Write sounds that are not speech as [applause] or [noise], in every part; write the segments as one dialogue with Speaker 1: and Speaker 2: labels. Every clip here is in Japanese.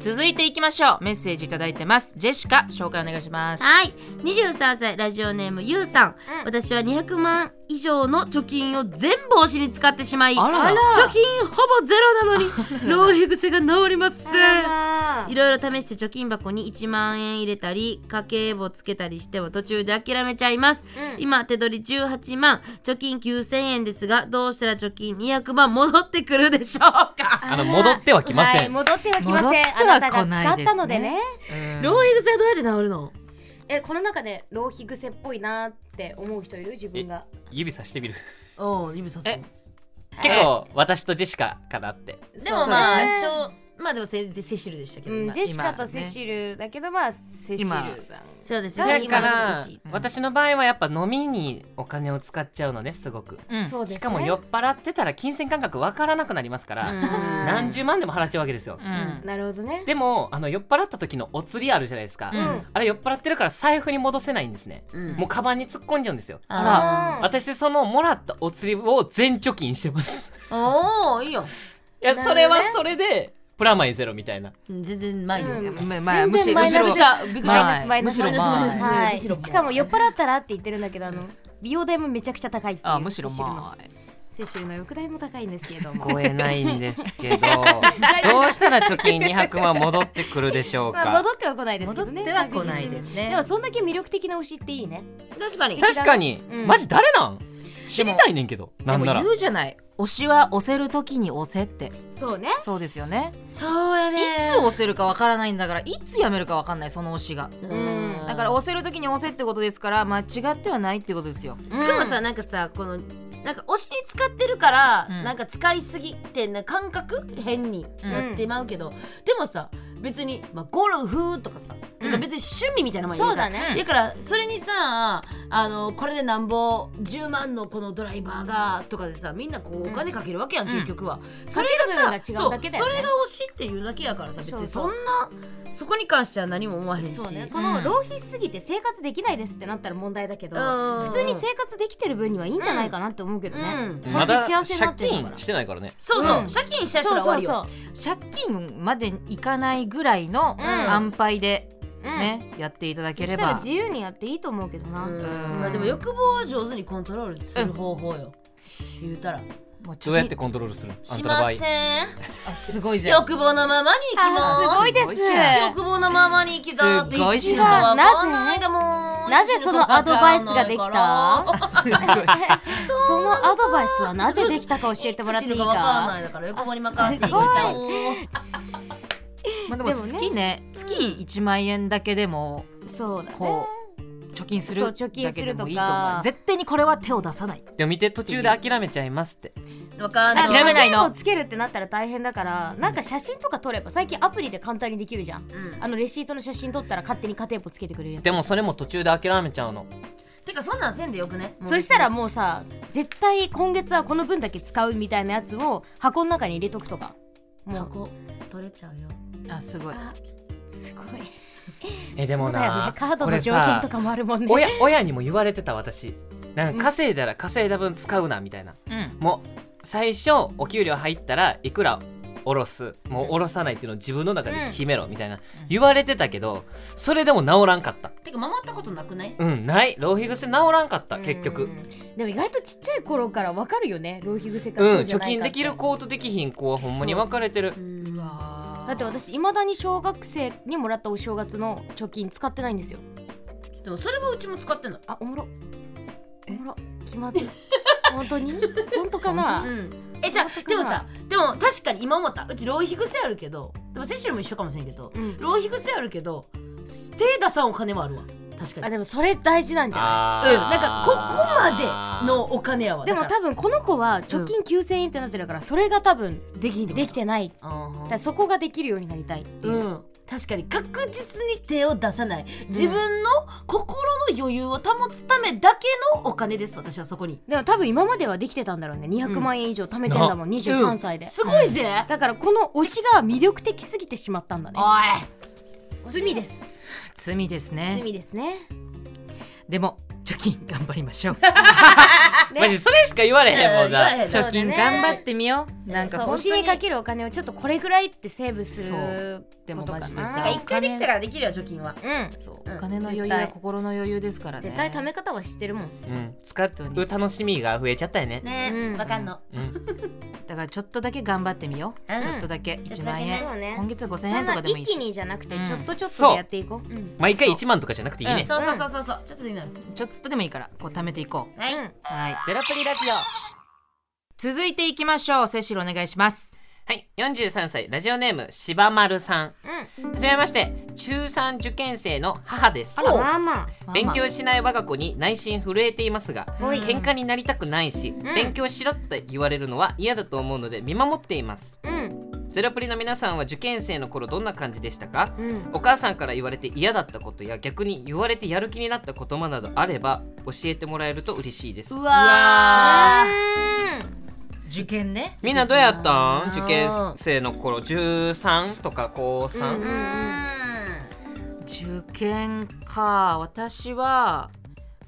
Speaker 1: 続いていきましょうメッセージいただいてますジェシカ紹介お願いします
Speaker 2: はい23歳ラジオネームゆうさん、
Speaker 1: うん
Speaker 2: 私は200万以上の貯金を全部推しに使ってしまい貯
Speaker 1: あらら
Speaker 2: 金ほぼゼロなのに浪費癖が治りませんいろいろ試して貯金箱に1万円入れたり家計簿つけたりしても途中で諦めちゃいます、
Speaker 1: うん
Speaker 2: 今手取り18万貯金9000円ですがどうしたら貯金200万戻ってくるでしょうか
Speaker 3: あの戻ってはきません
Speaker 4: はい、戻ってはきません
Speaker 1: 戻っては来ない
Speaker 4: あなたが使ったのでね
Speaker 1: うん
Speaker 2: 浪費癖はどうやって治るの
Speaker 4: えこの中で浪費癖っぽいなって思う人いる自分が
Speaker 3: 指さしてみる
Speaker 2: おう指さす
Speaker 3: え結構私とジェシカかなって
Speaker 2: でもまあ、し
Speaker 4: そう
Speaker 2: ょうまあでもセセシルでしたけ
Speaker 4: う
Speaker 2: ど、
Speaker 4: ん、
Speaker 2: 今
Speaker 4: ジェシカとセシルだけどまあセシルさん
Speaker 2: そうです
Speaker 4: だ
Speaker 3: だ
Speaker 4: 今
Speaker 3: か
Speaker 4: の
Speaker 3: ら
Speaker 4: 時
Speaker 3: 私の場合はやっぱ飲みにお金を使っちゃうのねすごく
Speaker 1: うん
Speaker 4: そうですね
Speaker 3: しかも酔っ払ってたら金銭感覚わからなくなりますから、
Speaker 2: うん
Speaker 3: 何十万でも払っちゃうわけですよ、
Speaker 1: うん
Speaker 4: なるほどね
Speaker 3: でもあの酔っ払った時のお釣りあるじゃないですか、
Speaker 1: うん
Speaker 3: あれ酔っ払ってるから財布に戻せないんですね、
Speaker 2: うん
Speaker 3: もうカバンに突っ込んじゃうんですよ
Speaker 2: あ
Speaker 4: あ
Speaker 3: 私そのもらったお釣りを全貯金してます
Speaker 2: おおいいよ
Speaker 3: いや
Speaker 4: なるほ
Speaker 3: そ
Speaker 4: ど
Speaker 3: れ
Speaker 4: ね
Speaker 3: はそれでプラマイゼロみたいな
Speaker 2: うん全然前よ、
Speaker 4: う
Speaker 2: うんん、
Speaker 1: まあまあ
Speaker 4: 全然
Speaker 1: むしろ
Speaker 4: マ
Speaker 1: む
Speaker 4: イ
Speaker 1: し
Speaker 4: ナ
Speaker 1: ろ
Speaker 2: びっくり
Speaker 4: ス
Speaker 2: したびっくりした
Speaker 1: はい
Speaker 4: マイナス
Speaker 1: むしろ
Speaker 2: マイ
Speaker 1: ま
Speaker 2: ナスマイナス
Speaker 1: あ
Speaker 4: は
Speaker 2: む
Speaker 4: い
Speaker 2: しろまあ
Speaker 4: しかも酔っ払ったらって言ってるんだけどあの美容代もめちゃくちゃ高いっていう
Speaker 1: あむしろ
Speaker 4: セシルの
Speaker 1: まあ
Speaker 4: セシルの欲代も高いんですけれど
Speaker 3: [laughs]
Speaker 4: も
Speaker 3: 超えないんですけ
Speaker 4: [laughs]
Speaker 3: どどうしたら貯金200万戻ってくるでしょう
Speaker 4: まあ、戻っては来ないですけどね
Speaker 2: 戻っては来ないですね
Speaker 4: でもそんだけ魅力的な推しっていいね
Speaker 2: 確かに
Speaker 4: 確
Speaker 3: 確
Speaker 4: か
Speaker 3: かに、
Speaker 4: うん
Speaker 3: マジ誰なん知りたいねんけどな
Speaker 1: で
Speaker 3: ん
Speaker 1: も
Speaker 3: なら
Speaker 1: 言うじゃない押しは押せるときに押せって
Speaker 4: そうね
Speaker 1: そうですよね
Speaker 2: そうや
Speaker 1: いつ押せるかわからないんだからいつやめるかわかんないその押しが
Speaker 2: うん
Speaker 1: だから押せるときに押せってことですから間違ってはないってことですよ
Speaker 2: しかもさ、なんかさこのなんか推しに使ってるから、
Speaker 1: うん
Speaker 2: なんか使いすぎてな感覚変になってまうけど、でもさ別に、まあ、ゴルフとかさ、
Speaker 4: うん
Speaker 2: なんか別に趣味みたいなもんやん
Speaker 4: そうだね
Speaker 1: うん
Speaker 2: だからそれにさあのこれでなんぼ10万のこのドライバーがとかでさみんなこうお金かけるわけやん、
Speaker 1: うん
Speaker 2: 結局は、そ
Speaker 4: か
Speaker 2: れ
Speaker 4: ける部分が違う
Speaker 2: そう
Speaker 4: だけだよ
Speaker 2: そ
Speaker 4: ね
Speaker 2: れが推しっていうだけやからさ別に
Speaker 4: そ
Speaker 2: そ
Speaker 4: うんそ
Speaker 2: なそこに関しては何も思わへんし
Speaker 4: そうね
Speaker 2: う
Speaker 4: この浪費しすぎて生活できないですってなったら問題だけど、
Speaker 2: ん
Speaker 4: 普通に生活できてる分にはいいんじゃないかなって思うけどね、
Speaker 2: うん
Speaker 4: これ
Speaker 3: ま
Speaker 4: で
Speaker 3: だ
Speaker 4: 幸せにな
Speaker 3: 借
Speaker 4: ってるんだか
Speaker 3: 金
Speaker 4: ら
Speaker 3: してないからね
Speaker 2: そうそう、
Speaker 4: うん
Speaker 2: 借金した人
Speaker 4: そ
Speaker 2: は
Speaker 4: う
Speaker 2: 終わ
Speaker 4: そう
Speaker 2: りよ
Speaker 4: そう、
Speaker 1: 借金までいかないぐらいの
Speaker 4: うん
Speaker 1: 安牌で
Speaker 4: うん
Speaker 1: ね、やっていただ
Speaker 4: そ
Speaker 1: け
Speaker 4: し
Speaker 1: れ
Speaker 4: た
Speaker 1: ば
Speaker 4: ら自由にやっていいと思うけどな、
Speaker 2: うん
Speaker 1: うん
Speaker 2: まあでも欲望を上手にコントロールする方法よ、言うたら
Speaker 1: もうち
Speaker 3: ど
Speaker 1: ょ
Speaker 3: うやってコントロールするのあん
Speaker 2: した
Speaker 3: の場
Speaker 2: ま
Speaker 3: 合
Speaker 2: せん
Speaker 1: すごいじゃん
Speaker 2: 欲望のままに生き
Speaker 4: あーす
Speaker 2: ま
Speaker 4: ごいです
Speaker 1: すごいじゃ
Speaker 2: す欲望のままに生きたって
Speaker 1: すごい
Speaker 2: 一
Speaker 1: じ
Speaker 2: 番
Speaker 4: ゃ
Speaker 2: わ
Speaker 4: ん
Speaker 2: かんないだもん
Speaker 4: なぜそのアドバイスができた [laughs]
Speaker 2: [laughs]
Speaker 4: そのアドバイスはなぜできたか教えてもらっていい
Speaker 2: わかん
Speaker 4: か
Speaker 2: [laughs] ないだから欲望に任せていい
Speaker 4: あす
Speaker 1: まあ、で
Speaker 4: で
Speaker 1: も
Speaker 4: もね
Speaker 1: 月ね月1万円だけでも
Speaker 4: そうだね
Speaker 1: こう貯金する
Speaker 4: そう
Speaker 1: だ
Speaker 4: 貯
Speaker 1: け
Speaker 4: 金す
Speaker 1: で
Speaker 4: るとか
Speaker 1: もいいと思う絶対にこれは手を出さない
Speaker 3: でも見て途中で諦めちゃいますって
Speaker 2: わかん
Speaker 4: あ
Speaker 2: ない
Speaker 4: の
Speaker 1: 諦めないの
Speaker 4: 点をつけるってなったら大変だからなんか写真とか撮れば最近アプリで簡単にできるじゃん
Speaker 2: うん
Speaker 4: あのレシートの写真撮ったら勝手に家庭簿つけてくれるやつ
Speaker 3: でもそれも途中で諦めちゃうの
Speaker 2: てかそんなんせんでよくね
Speaker 4: そしたらもうさ絶対今月はこの分だけ使うみたいなやつを箱の中に入れとくとか
Speaker 2: もう
Speaker 4: もう
Speaker 2: 箱取れちゃうよ
Speaker 1: あすごい
Speaker 4: あすごい
Speaker 3: えでも
Speaker 4: そうだよ
Speaker 3: な、
Speaker 4: ねカードの
Speaker 3: これ
Speaker 4: 条
Speaker 3: さ
Speaker 4: 件とかもあるもんね
Speaker 3: 親親にも言われてた私なんか稼いだら稼いだ分使うなみたいな
Speaker 1: うん
Speaker 3: もう最初お給料入ったらいくら下ろすもう下ろさないっていうのを自分の中で決めろみたいな、言われてたけどそれでも治らんかった
Speaker 2: てか守ったことなくない
Speaker 3: うんない浪費癖治らんかった結
Speaker 4: う
Speaker 3: 局
Speaker 4: んでも意外とちっちゃい頃からわかるよね浪費癖か
Speaker 3: う
Speaker 4: そ
Speaker 3: ん
Speaker 4: うじゃ
Speaker 3: 貯
Speaker 4: ないかっ
Speaker 3: 金
Speaker 4: て
Speaker 3: できる子とできひん子はほんまに分かれてる
Speaker 2: うわ
Speaker 4: だって私いまだに小学生にもらったお正月の貯金使ってないんですよ
Speaker 2: でもそれはうちも使ってない
Speaker 4: あおもろおもろ気まずい本当に本当か
Speaker 2: う、
Speaker 4: なん
Speaker 2: えじゃ
Speaker 4: 本当
Speaker 2: あ
Speaker 4: か
Speaker 2: で
Speaker 4: な
Speaker 2: もさでも確かに今思ったうち浪費癖あるけどでもセシルも一緒かもしれんけど
Speaker 4: うん
Speaker 2: 浪費癖あるけど手出さんお金もあるわ確か
Speaker 4: あ
Speaker 2: に
Speaker 4: でもそれ大事なんじゃない
Speaker 3: あ
Speaker 2: う
Speaker 3: ー
Speaker 2: んなんかここまでのお金やわ
Speaker 4: でも
Speaker 2: だから
Speaker 4: 多分この子は貯金9000円ってなってるからそれが多分
Speaker 2: できんで
Speaker 4: できてないだからそこができるようになりたいっていうう、
Speaker 2: ん確かに確実に手を出さない自分の心の余裕を保つためだけのお金です私はそこに
Speaker 4: でも多分今まではできてたんだろうね200万円以上貯めてんだもん、23歳で、
Speaker 2: すごいぜ、
Speaker 4: だからこの推しが魅力的すぎてしまったんだね
Speaker 2: おい
Speaker 4: 罪です
Speaker 1: 罪ですね
Speaker 4: 罪ですね
Speaker 1: でも貯金
Speaker 4: [laughs]
Speaker 1: 頑張りましょう
Speaker 4: ね
Speaker 3: マジそれしか言われへんもん
Speaker 2: 言われ
Speaker 3: な
Speaker 2: へん
Speaker 4: そうだ
Speaker 1: 貯
Speaker 4: ね
Speaker 1: 金頑張ってみようなんか
Speaker 4: そう
Speaker 1: 本
Speaker 4: お
Speaker 1: 当
Speaker 4: 尻
Speaker 1: に
Speaker 4: にかけるお金をちょっとこれぐらいってセーブする
Speaker 1: で
Speaker 4: こ
Speaker 1: も
Speaker 4: とか
Speaker 1: マ
Speaker 4: な
Speaker 1: ジで
Speaker 4: な
Speaker 1: さ
Speaker 4: ん
Speaker 2: 一回できたからできるよ貯金は
Speaker 4: うん
Speaker 1: そう
Speaker 2: うん
Speaker 1: お金の余裕
Speaker 4: 絶
Speaker 1: は
Speaker 4: 対
Speaker 1: 心の余裕ですからね
Speaker 4: 絶対貯め方は知ってるもん
Speaker 3: うん、使う楽しみが増えちゃったよね。
Speaker 2: ね
Speaker 4: うん
Speaker 2: わかんの
Speaker 3: うん、
Speaker 1: だからちょっとだけ頑張ってみよう、
Speaker 2: うん
Speaker 1: ちょっとだけ
Speaker 2: ちょっ
Speaker 1: 1
Speaker 2: とだ
Speaker 1: 万
Speaker 2: け
Speaker 1: 円、
Speaker 2: ね
Speaker 4: そうね
Speaker 1: 今月5000
Speaker 4: そ
Speaker 1: 円
Speaker 4: ん
Speaker 1: と
Speaker 4: な
Speaker 1: かでもい
Speaker 4: 一
Speaker 1: い
Speaker 4: 気
Speaker 1: し
Speaker 4: にじゃなくて
Speaker 1: うん
Speaker 4: ちょっとちょっと
Speaker 3: そう
Speaker 4: でやっていこううん
Speaker 3: 毎回1万とかじゃなくていいね。
Speaker 2: そうそうそうそうそうちょっとでいいのよ
Speaker 1: ちょっとでもいいからこう貯めていこう
Speaker 2: はい、
Speaker 4: うん
Speaker 1: はい
Speaker 3: ゼロプリラジオ。
Speaker 1: 続いていきましょうセシルお願いします
Speaker 3: はい、43歳ラジオネーム柴丸さん。はじめまして、中3受験生の母です。
Speaker 4: うんまあまあ
Speaker 1: まあまあ
Speaker 3: 勉強しない我が子に内心震えていますが、
Speaker 4: おい
Speaker 3: 喧嘩になりたくないし、勉強しろって言われるのは嫌だと思うので見守っています。
Speaker 4: うん
Speaker 3: ゼロプリの皆さんは受験生の頃どんな感じでしたか
Speaker 4: うん
Speaker 3: お母さんから言われて嫌だったことや逆に言われてやる気になった言葉などあれば教えてもらえると嬉しいです
Speaker 1: うわ
Speaker 2: 受験ね
Speaker 3: みんなどうやったん
Speaker 2: あー
Speaker 3: 受験生の頃13とか高3、
Speaker 4: うん
Speaker 1: 受験か私は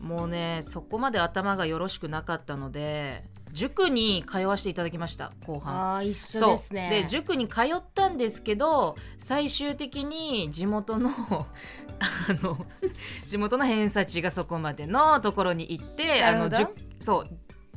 Speaker 1: もうねそこまで頭がよろしくなかったので塾に通わせていただきました後半
Speaker 4: あー一緒ですね
Speaker 1: で塾に通ったんですけど最終的に地元の [laughs] あの地元の偏差値がそこまでのところに行って
Speaker 4: な
Speaker 1: あ
Speaker 4: るほ
Speaker 1: の
Speaker 4: ど
Speaker 1: 塾そう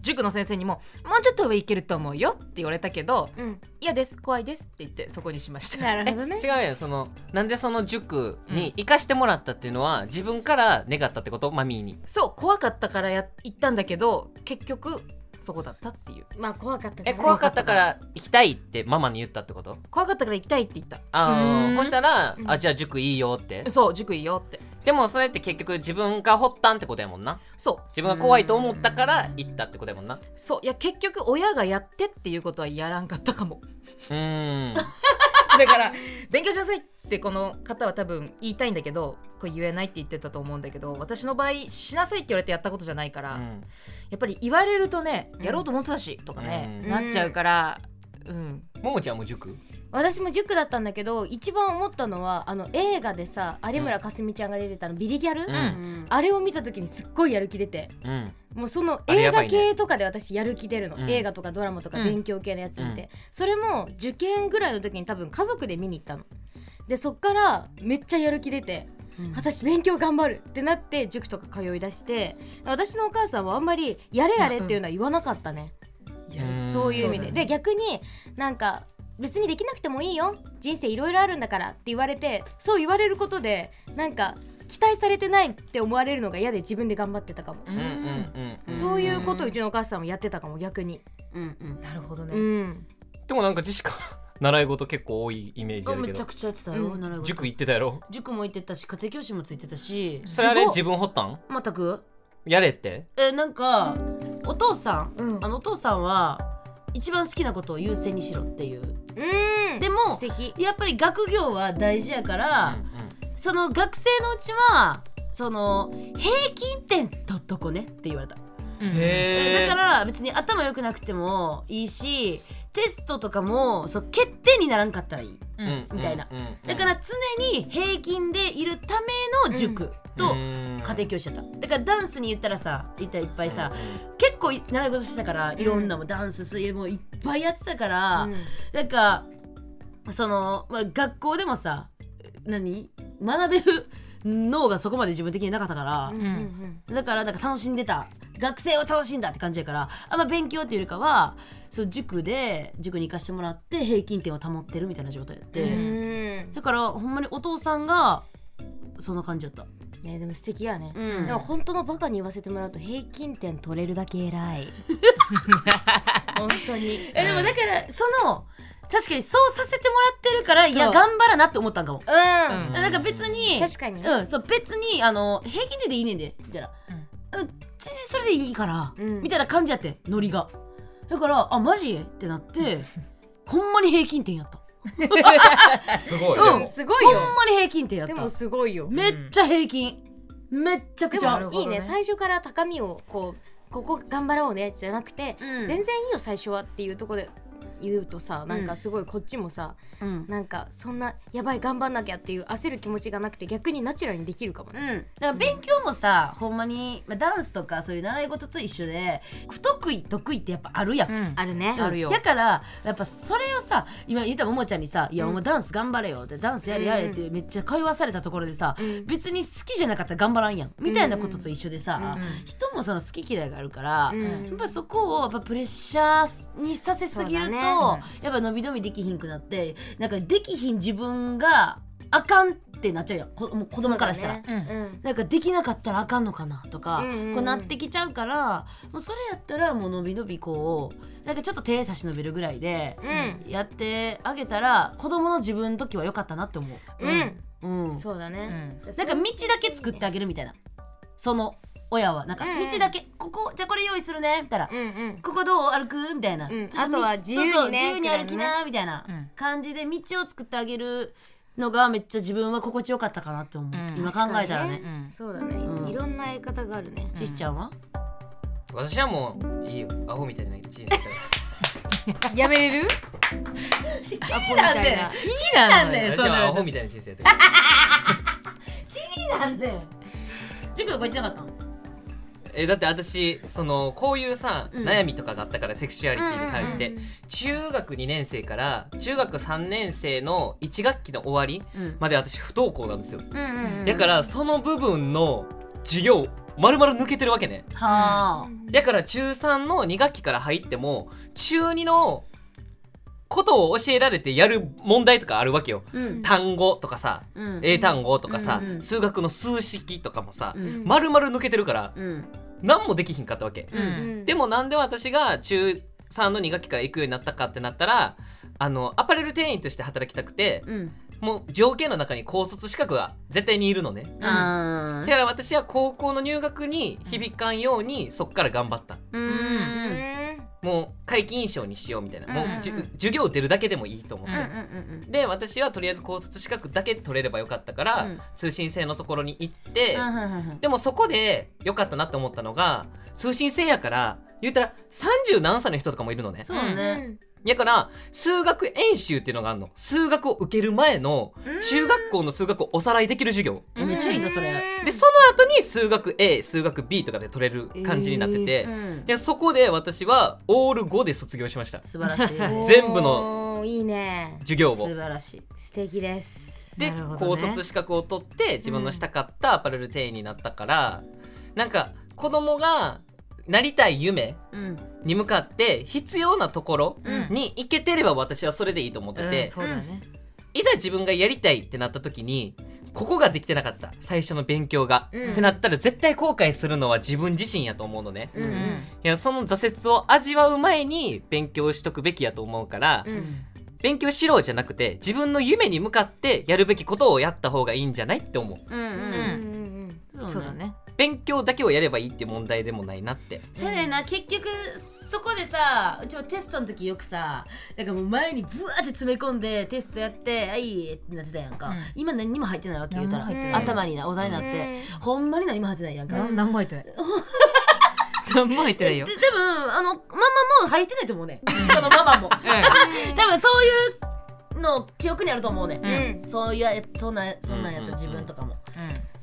Speaker 1: 塾の先生にも「もうちょっと上行けると思うよ」って言われたけど
Speaker 4: うん
Speaker 1: 「嫌です怖いです」って言ってそこにしました。
Speaker 4: なるほ
Speaker 1: [laughs]
Speaker 4: どね
Speaker 3: 違うよそのなんでその塾に行かしてもらったっていうのは自分から願ったってことマミーに
Speaker 1: そう怖かったからや行ったんだけど結局そこだったっていう
Speaker 4: まあ怖かった
Speaker 3: え
Speaker 4: 怖
Speaker 3: 怖かったから行きたいってママに言ったってこと
Speaker 1: 怖かったから行きたいって言った
Speaker 3: あ
Speaker 2: う
Speaker 3: あ
Speaker 2: ん
Speaker 3: そしたら
Speaker 4: うん
Speaker 3: あじゃあ塾いいよって
Speaker 1: そう塾いいよって
Speaker 3: でもそれって結局自分が掘ったんってことやもんな
Speaker 1: そう
Speaker 3: 自分が怖いと思ったから行ったってことやもんな
Speaker 1: そういや結局親がやってっていうことはやらんかったかも
Speaker 3: うーん
Speaker 1: [laughs] だから勉強しなさいってこの方は多分言いたいんだけどこれ言えないって言ってたと思うんだけど私の場合しなさいって言われてやったことじゃないから、
Speaker 3: う
Speaker 1: や
Speaker 3: ん
Speaker 1: っぱり言われるとねやろうと思ってたしとかね、
Speaker 3: うん
Speaker 1: なっちゃうからうん
Speaker 3: ももちゃんも塾
Speaker 4: 私も塾だったんだけど一番思ったのはあの映画でさ有村架純ちゃんが出てたのビリギャル、
Speaker 3: うん
Speaker 1: うん
Speaker 4: あれを見た時にすっごいやる気出て
Speaker 3: うん
Speaker 4: もうその
Speaker 3: あれ
Speaker 4: 映
Speaker 3: やば
Speaker 4: 画
Speaker 3: いね
Speaker 4: 系とかで私やる気出るの、
Speaker 3: うん
Speaker 4: 映画とかドラマとか
Speaker 1: うん
Speaker 4: 勉強系のやつ見て、
Speaker 3: うん
Speaker 4: それも受験ぐらいの時に多分家族で見に行ったのでそっからめっちゃやる気出て私勉強頑張るってなって塾とか通いだして私のお母さんはあんまりやれやれっていうのは言わなかったね、
Speaker 1: やる
Speaker 3: ん
Speaker 4: そういう意味で、
Speaker 1: そうだね
Speaker 4: で逆になんか別にできなくてもいいよ人生いろいろあるんだからって言われてそう言われることでなんか期待されてないって思われるのが嫌で自分で頑張ってたかも、
Speaker 1: う
Speaker 3: うんうん
Speaker 1: ん
Speaker 3: うんうん
Speaker 4: そういうことをうちのお母さんもやってたかも逆に
Speaker 1: なるほどね、
Speaker 4: うん
Speaker 3: でもなんかジェシカ習い事結構多いイメージあるけ
Speaker 2: めちゃ
Speaker 3: ど
Speaker 2: くちゃやってたよ、
Speaker 4: うん
Speaker 2: 習い事
Speaker 3: 塾行ってたやろ
Speaker 2: 塾も行ってたし家庭教師もついてたし
Speaker 3: それあれ
Speaker 2: すごい
Speaker 3: 自分掘ったん
Speaker 2: 全く
Speaker 3: やれって
Speaker 2: えなんかお父さん、
Speaker 4: うん
Speaker 2: あのお父さんは一番好きなことを優先にしろっていう
Speaker 4: うん
Speaker 2: でも
Speaker 4: 素敵
Speaker 2: やっぱり学業は大事やか
Speaker 3: うんう
Speaker 2: ら、
Speaker 3: ん
Speaker 2: その学生のうちはその平均点取っとこねって言われた、
Speaker 1: うん
Speaker 3: へ
Speaker 2: え
Speaker 3: え
Speaker 2: だから別に頭良くなくてもいいしテストとかもそう欠点にならんかったらいいみたいなだから常に平均でいるための塾と家庭
Speaker 3: 教
Speaker 2: 教師だった、だからダンスに言ったらさいったいっぱいさ、結構習い事してたからいろんなもんダンス水泳もいっぱいやってたから、
Speaker 4: うん
Speaker 2: なんかその、まあ、学校でもさ何学べる脳がそこまで自分的になかったから
Speaker 4: うん、うん
Speaker 2: だからなんか楽しんでた学生を楽しんだって感じやからあんま勉強っていうよりかはそう塾で塾に行かしてもらって平均点を保ってるみたいな状態やって、
Speaker 4: うん
Speaker 1: ん
Speaker 4: うん
Speaker 2: だからほんまにお父さんがそんな感じやった、
Speaker 4: ねでも素敵やね、
Speaker 2: うん
Speaker 4: でも本当のバカに言わせてもらうと平均点取れるだけ偉
Speaker 2: [laughs]
Speaker 4: い本当に
Speaker 2: えでもだからその確かにそうさせてもらってるからいや
Speaker 4: そう
Speaker 2: 頑張らなって思ったんかも
Speaker 4: うん、
Speaker 1: うん
Speaker 2: なんか別に
Speaker 4: 確かに
Speaker 2: うんそう別にあの平均点でいいねんでみたいな、うん、全然それでいいから、
Speaker 4: うん
Speaker 2: みたいな感じやってノリがだからあマジってなって [laughs] ほんまに平均点やった
Speaker 3: すごい
Speaker 2: うん
Speaker 3: でも
Speaker 4: すごい
Speaker 2: ほん
Speaker 4: よ
Speaker 2: まに平均点やっ
Speaker 4: で
Speaker 2: た
Speaker 4: もすごいよ
Speaker 2: めっちゃ平均、めっちゃく
Speaker 4: で
Speaker 2: ちゃ
Speaker 4: もいいね最初から高みをこうここ頑張ろうねじゃなくて、
Speaker 2: うん
Speaker 4: 全然いいよ最初はっていうところで言うとさなんかすごいこっちもさ、
Speaker 2: うん
Speaker 4: なんかそんなやばい頑張んなきゃっていう焦る気持ちがなくて逆にナチュラルにできるかもね。
Speaker 2: だから勉強もさ、ほんまに、まあ、ダンスとかそういう習い事と一緒で不得意得意ってやっぱあるやん、
Speaker 1: うん
Speaker 4: あるね
Speaker 1: あるよ
Speaker 2: だからやっぱそれをさ今言ったももちゃんにさ「いやお前ダンス頑張れよ」って「ダンスやれやれ」ってめっちゃ会話されたところでさ、別に好きじゃなかったら頑張らんやんみたいなことと一緒でさ、
Speaker 1: うん
Speaker 2: 人もその好き嫌いがあるから、
Speaker 4: うん
Speaker 2: やっぱそこをやっぱプレッシャーにさせすぎると、
Speaker 4: そうだね
Speaker 2: やっぱ伸び伸びできひんくなってなんかできひん自分があかんってなっちゃうやんこもう子供からしたら。
Speaker 4: そう
Speaker 1: う
Speaker 4: だね
Speaker 1: ん
Speaker 4: うん
Speaker 2: なんかできなかったらあかんのかなとか、
Speaker 4: うんうんうん
Speaker 2: こうなってきちゃうからもうそれやったらもう伸び伸びこうなんかちょっと手差し伸べるぐらいで
Speaker 4: うん
Speaker 2: やってあげたら子供の自分の時は良かったなって思
Speaker 4: うん
Speaker 2: う、うん、
Speaker 4: そうだね、
Speaker 2: なんか道だけ作ってあげるみたいなその親はなんか
Speaker 4: うんうん
Speaker 2: 道だけ、ここじゃあこれ用意するねみたいな、
Speaker 4: うんうん
Speaker 2: ここどう歩くみたいな、
Speaker 4: うん
Speaker 2: ちょっ
Speaker 4: あとは
Speaker 2: 道
Speaker 4: 自由にね
Speaker 2: そうそう自由に
Speaker 4: みたいな
Speaker 2: 歩きなみたいな
Speaker 1: うん
Speaker 2: 感じで道を作ってあげるのがめっちゃ自分は心地よかったかなって思う、
Speaker 1: うん
Speaker 2: 今考えたらね
Speaker 4: 確かに
Speaker 1: うん
Speaker 4: そうだね、
Speaker 2: うん
Speaker 4: いろんなやり方があるね
Speaker 2: [laughs] ししちゃんは、
Speaker 3: 私はもういいよアホみたいな人生だか
Speaker 4: やめれる
Speaker 2: 気に
Speaker 4: アホみたいな
Speaker 1: 気にな
Speaker 2: 気になるんだよ
Speaker 3: ら
Speaker 2: え [laughs]
Speaker 3: 私
Speaker 2: そんなの
Speaker 3: はアホみたいな人生だから
Speaker 2: なんで塾とか行ってなかったの [laughs]
Speaker 3: えだって私そのこういうさ悩みとかがあったからセクシュアリティに関して中学2年生から中学3年生の1学期の終わり
Speaker 2: うん
Speaker 3: まで私不登校なんですよ
Speaker 4: うんうんうん
Speaker 3: だからその部分の授業まるまる抜けてるわけね
Speaker 2: はあ、
Speaker 3: だから中3の2学期から入っても中2のことを教えられてやる問題とかあるわけよ
Speaker 2: うん
Speaker 3: 単語とかさ
Speaker 2: うん
Speaker 3: 英単語とかさ、
Speaker 2: うんうん
Speaker 3: 数学の数式とかもさ、
Speaker 2: うん
Speaker 3: まるまる抜けてるから
Speaker 2: うん
Speaker 3: 何もできひんかったわけ、
Speaker 2: うん
Speaker 4: うん
Speaker 3: でもなんで私が中3の2学期から行くようになったかってなったらあのアパレル店員として働きたくて
Speaker 2: うん
Speaker 3: もう条件の中に高卒資格が絶対にいるのね
Speaker 2: あ
Speaker 3: だ
Speaker 2: ー
Speaker 3: から私は高校の入学に響かんようにそっから頑張った
Speaker 2: う
Speaker 1: うん
Speaker 4: うんん
Speaker 3: もう皆既印象にしようみたいなもう、
Speaker 2: うんうん
Speaker 3: じゅ授業出るだけでもいいと思って、
Speaker 1: うん
Speaker 2: うん
Speaker 3: で私はとりあえず高卒資格だけ取れればよかったから、
Speaker 2: うん
Speaker 3: 通信制のところに行って、
Speaker 2: うんはいはいはいはい
Speaker 3: でもそこで良かったなって思ったのが通信制やから言ったら30何歳の人とかもいるのね
Speaker 2: そうね
Speaker 3: だから数学演習っていうのがあるの数学を受ける前の中学校の数学をおさらいできる授業
Speaker 2: えめっちゃいいなそれ
Speaker 3: でその後に数学 A 数学 B とかで取れる感じになってて、
Speaker 2: うん
Speaker 3: でそこで私はオール5で卒業しました
Speaker 2: 素晴らしい
Speaker 3: 全部の
Speaker 4: おーいいね
Speaker 3: 授業
Speaker 2: 素
Speaker 3: を
Speaker 2: 晴らしい
Speaker 4: 素敵です
Speaker 3: で、
Speaker 1: なるほどね
Speaker 3: 高卒資格を取って自分のしたかったアパレル店員になったから、なんか子供がなりたい夢
Speaker 2: うん
Speaker 3: に向かって必要なところ
Speaker 1: うん
Speaker 3: に行けてれば私はそれでいいと思って
Speaker 1: うん
Speaker 3: て、
Speaker 1: そうだね
Speaker 3: いざ自分がやりたいってなった時にここができてなかった最初の勉強が、
Speaker 4: うん
Speaker 3: ってなったら絶対後悔するのは自分自身やと思うのね、
Speaker 4: うんう
Speaker 1: うんん
Speaker 3: いやその挫折を味わう前に勉強しとくべきやと思うから、
Speaker 4: うん
Speaker 3: 勉強しろじゃなくて自分の夢に向かってやるべきことをやった方がいいんじゃないって思う
Speaker 2: うん
Speaker 4: うん
Speaker 2: うん
Speaker 4: うん
Speaker 1: そうだね
Speaker 3: 勉強だけをやればいいって問題でもないなって
Speaker 2: せやねんな結局そこでさうちもテストの時よくさなんかもう前にブワーって詰め込んでテストやって「はい」ってなってたやんか、
Speaker 1: うん
Speaker 2: 今何にも入ってないわけ言うたら
Speaker 1: 何も
Speaker 4: 入ってない
Speaker 2: 頭になお題になって、ほんまに何も入ってないやんか、
Speaker 1: な何も入ってない何も入ってないよ
Speaker 2: で多分あのママも入ってないと思うねそのママも多分そういうの記憶にあると思うね
Speaker 1: う、ん
Speaker 2: そういやそんなそんなんやった自分とかも、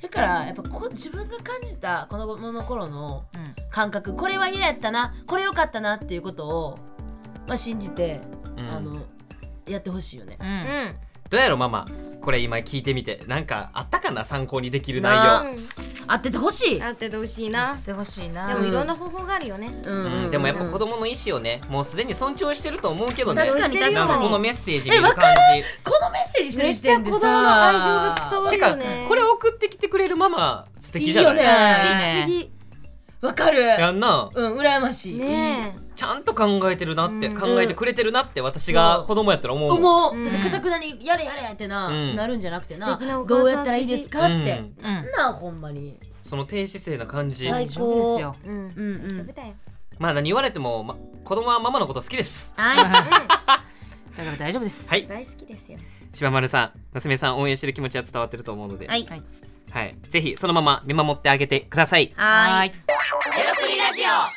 Speaker 2: だからやっぱこ自分が感じた子供の頃の
Speaker 1: うんうん
Speaker 2: 感覚これは嫌やったなこれ良かったなっていうことを、まあ、信じて、
Speaker 3: うん
Speaker 2: あのやってほしいよね。
Speaker 1: う
Speaker 4: うんん
Speaker 3: どうやろママこれ今聞いてみてなんかあったかな参考にできる
Speaker 2: な
Speaker 3: 内
Speaker 2: 合っててほしい、
Speaker 4: あっててほしいな
Speaker 1: やってほしいな
Speaker 4: でもいろんな方法があるよね
Speaker 2: うん
Speaker 3: 容、うん、でもやっぱ子供の意思をねもうすでに尊重してると思うけどね
Speaker 2: 確かに確
Speaker 3: なん
Speaker 2: か
Speaker 3: かこ
Speaker 2: に
Speaker 3: のメッセージ見る感じ
Speaker 2: このメッセージする
Speaker 4: めっ
Speaker 2: 時
Speaker 4: ちゃ
Speaker 2: 点
Speaker 4: 子
Speaker 2: で
Speaker 4: 供の愛情が伝
Speaker 2: わ
Speaker 4: わ
Speaker 3: て
Speaker 4: るよ
Speaker 3: か
Speaker 4: ね
Speaker 3: これ送ってきてくれるママ素敵じゃない
Speaker 2: いいよね
Speaker 4: 素
Speaker 1: ね
Speaker 4: 敵すぎ
Speaker 2: わかる
Speaker 3: やんな
Speaker 2: うん羨ましい、
Speaker 4: ね
Speaker 3: ちゃんと考えてるなって、
Speaker 4: うん
Speaker 3: 考えてくれてるなって私が子供やったら思うもん
Speaker 2: 思う、
Speaker 4: うん
Speaker 2: だってかたくなに「やれやれ」ってな、
Speaker 3: うん
Speaker 2: なるんじゃなくてな
Speaker 4: 素敵なお母さん
Speaker 2: どうやったらいいですか
Speaker 3: うん
Speaker 2: って、
Speaker 1: うん
Speaker 2: なあほんまに
Speaker 3: その低姿勢な感じ
Speaker 2: 最
Speaker 1: 大
Speaker 2: 高
Speaker 1: 丈夫ですよ
Speaker 4: えうん
Speaker 2: うんう
Speaker 4: 大丈
Speaker 2: ん
Speaker 4: 夫だよ
Speaker 3: まあ何言われても、ま、子供はママのこと好きです
Speaker 2: はい
Speaker 1: だから大丈夫です
Speaker 3: はい
Speaker 4: 大好きですよ
Speaker 3: 柴丸さん娘さん応援してる気持ちは伝わってると思うので、
Speaker 2: はい
Speaker 1: はい
Speaker 3: はい、ぜひそのまま見守ってあげてください
Speaker 2: はーい
Speaker 1: い
Speaker 2: ゼロプリラジオ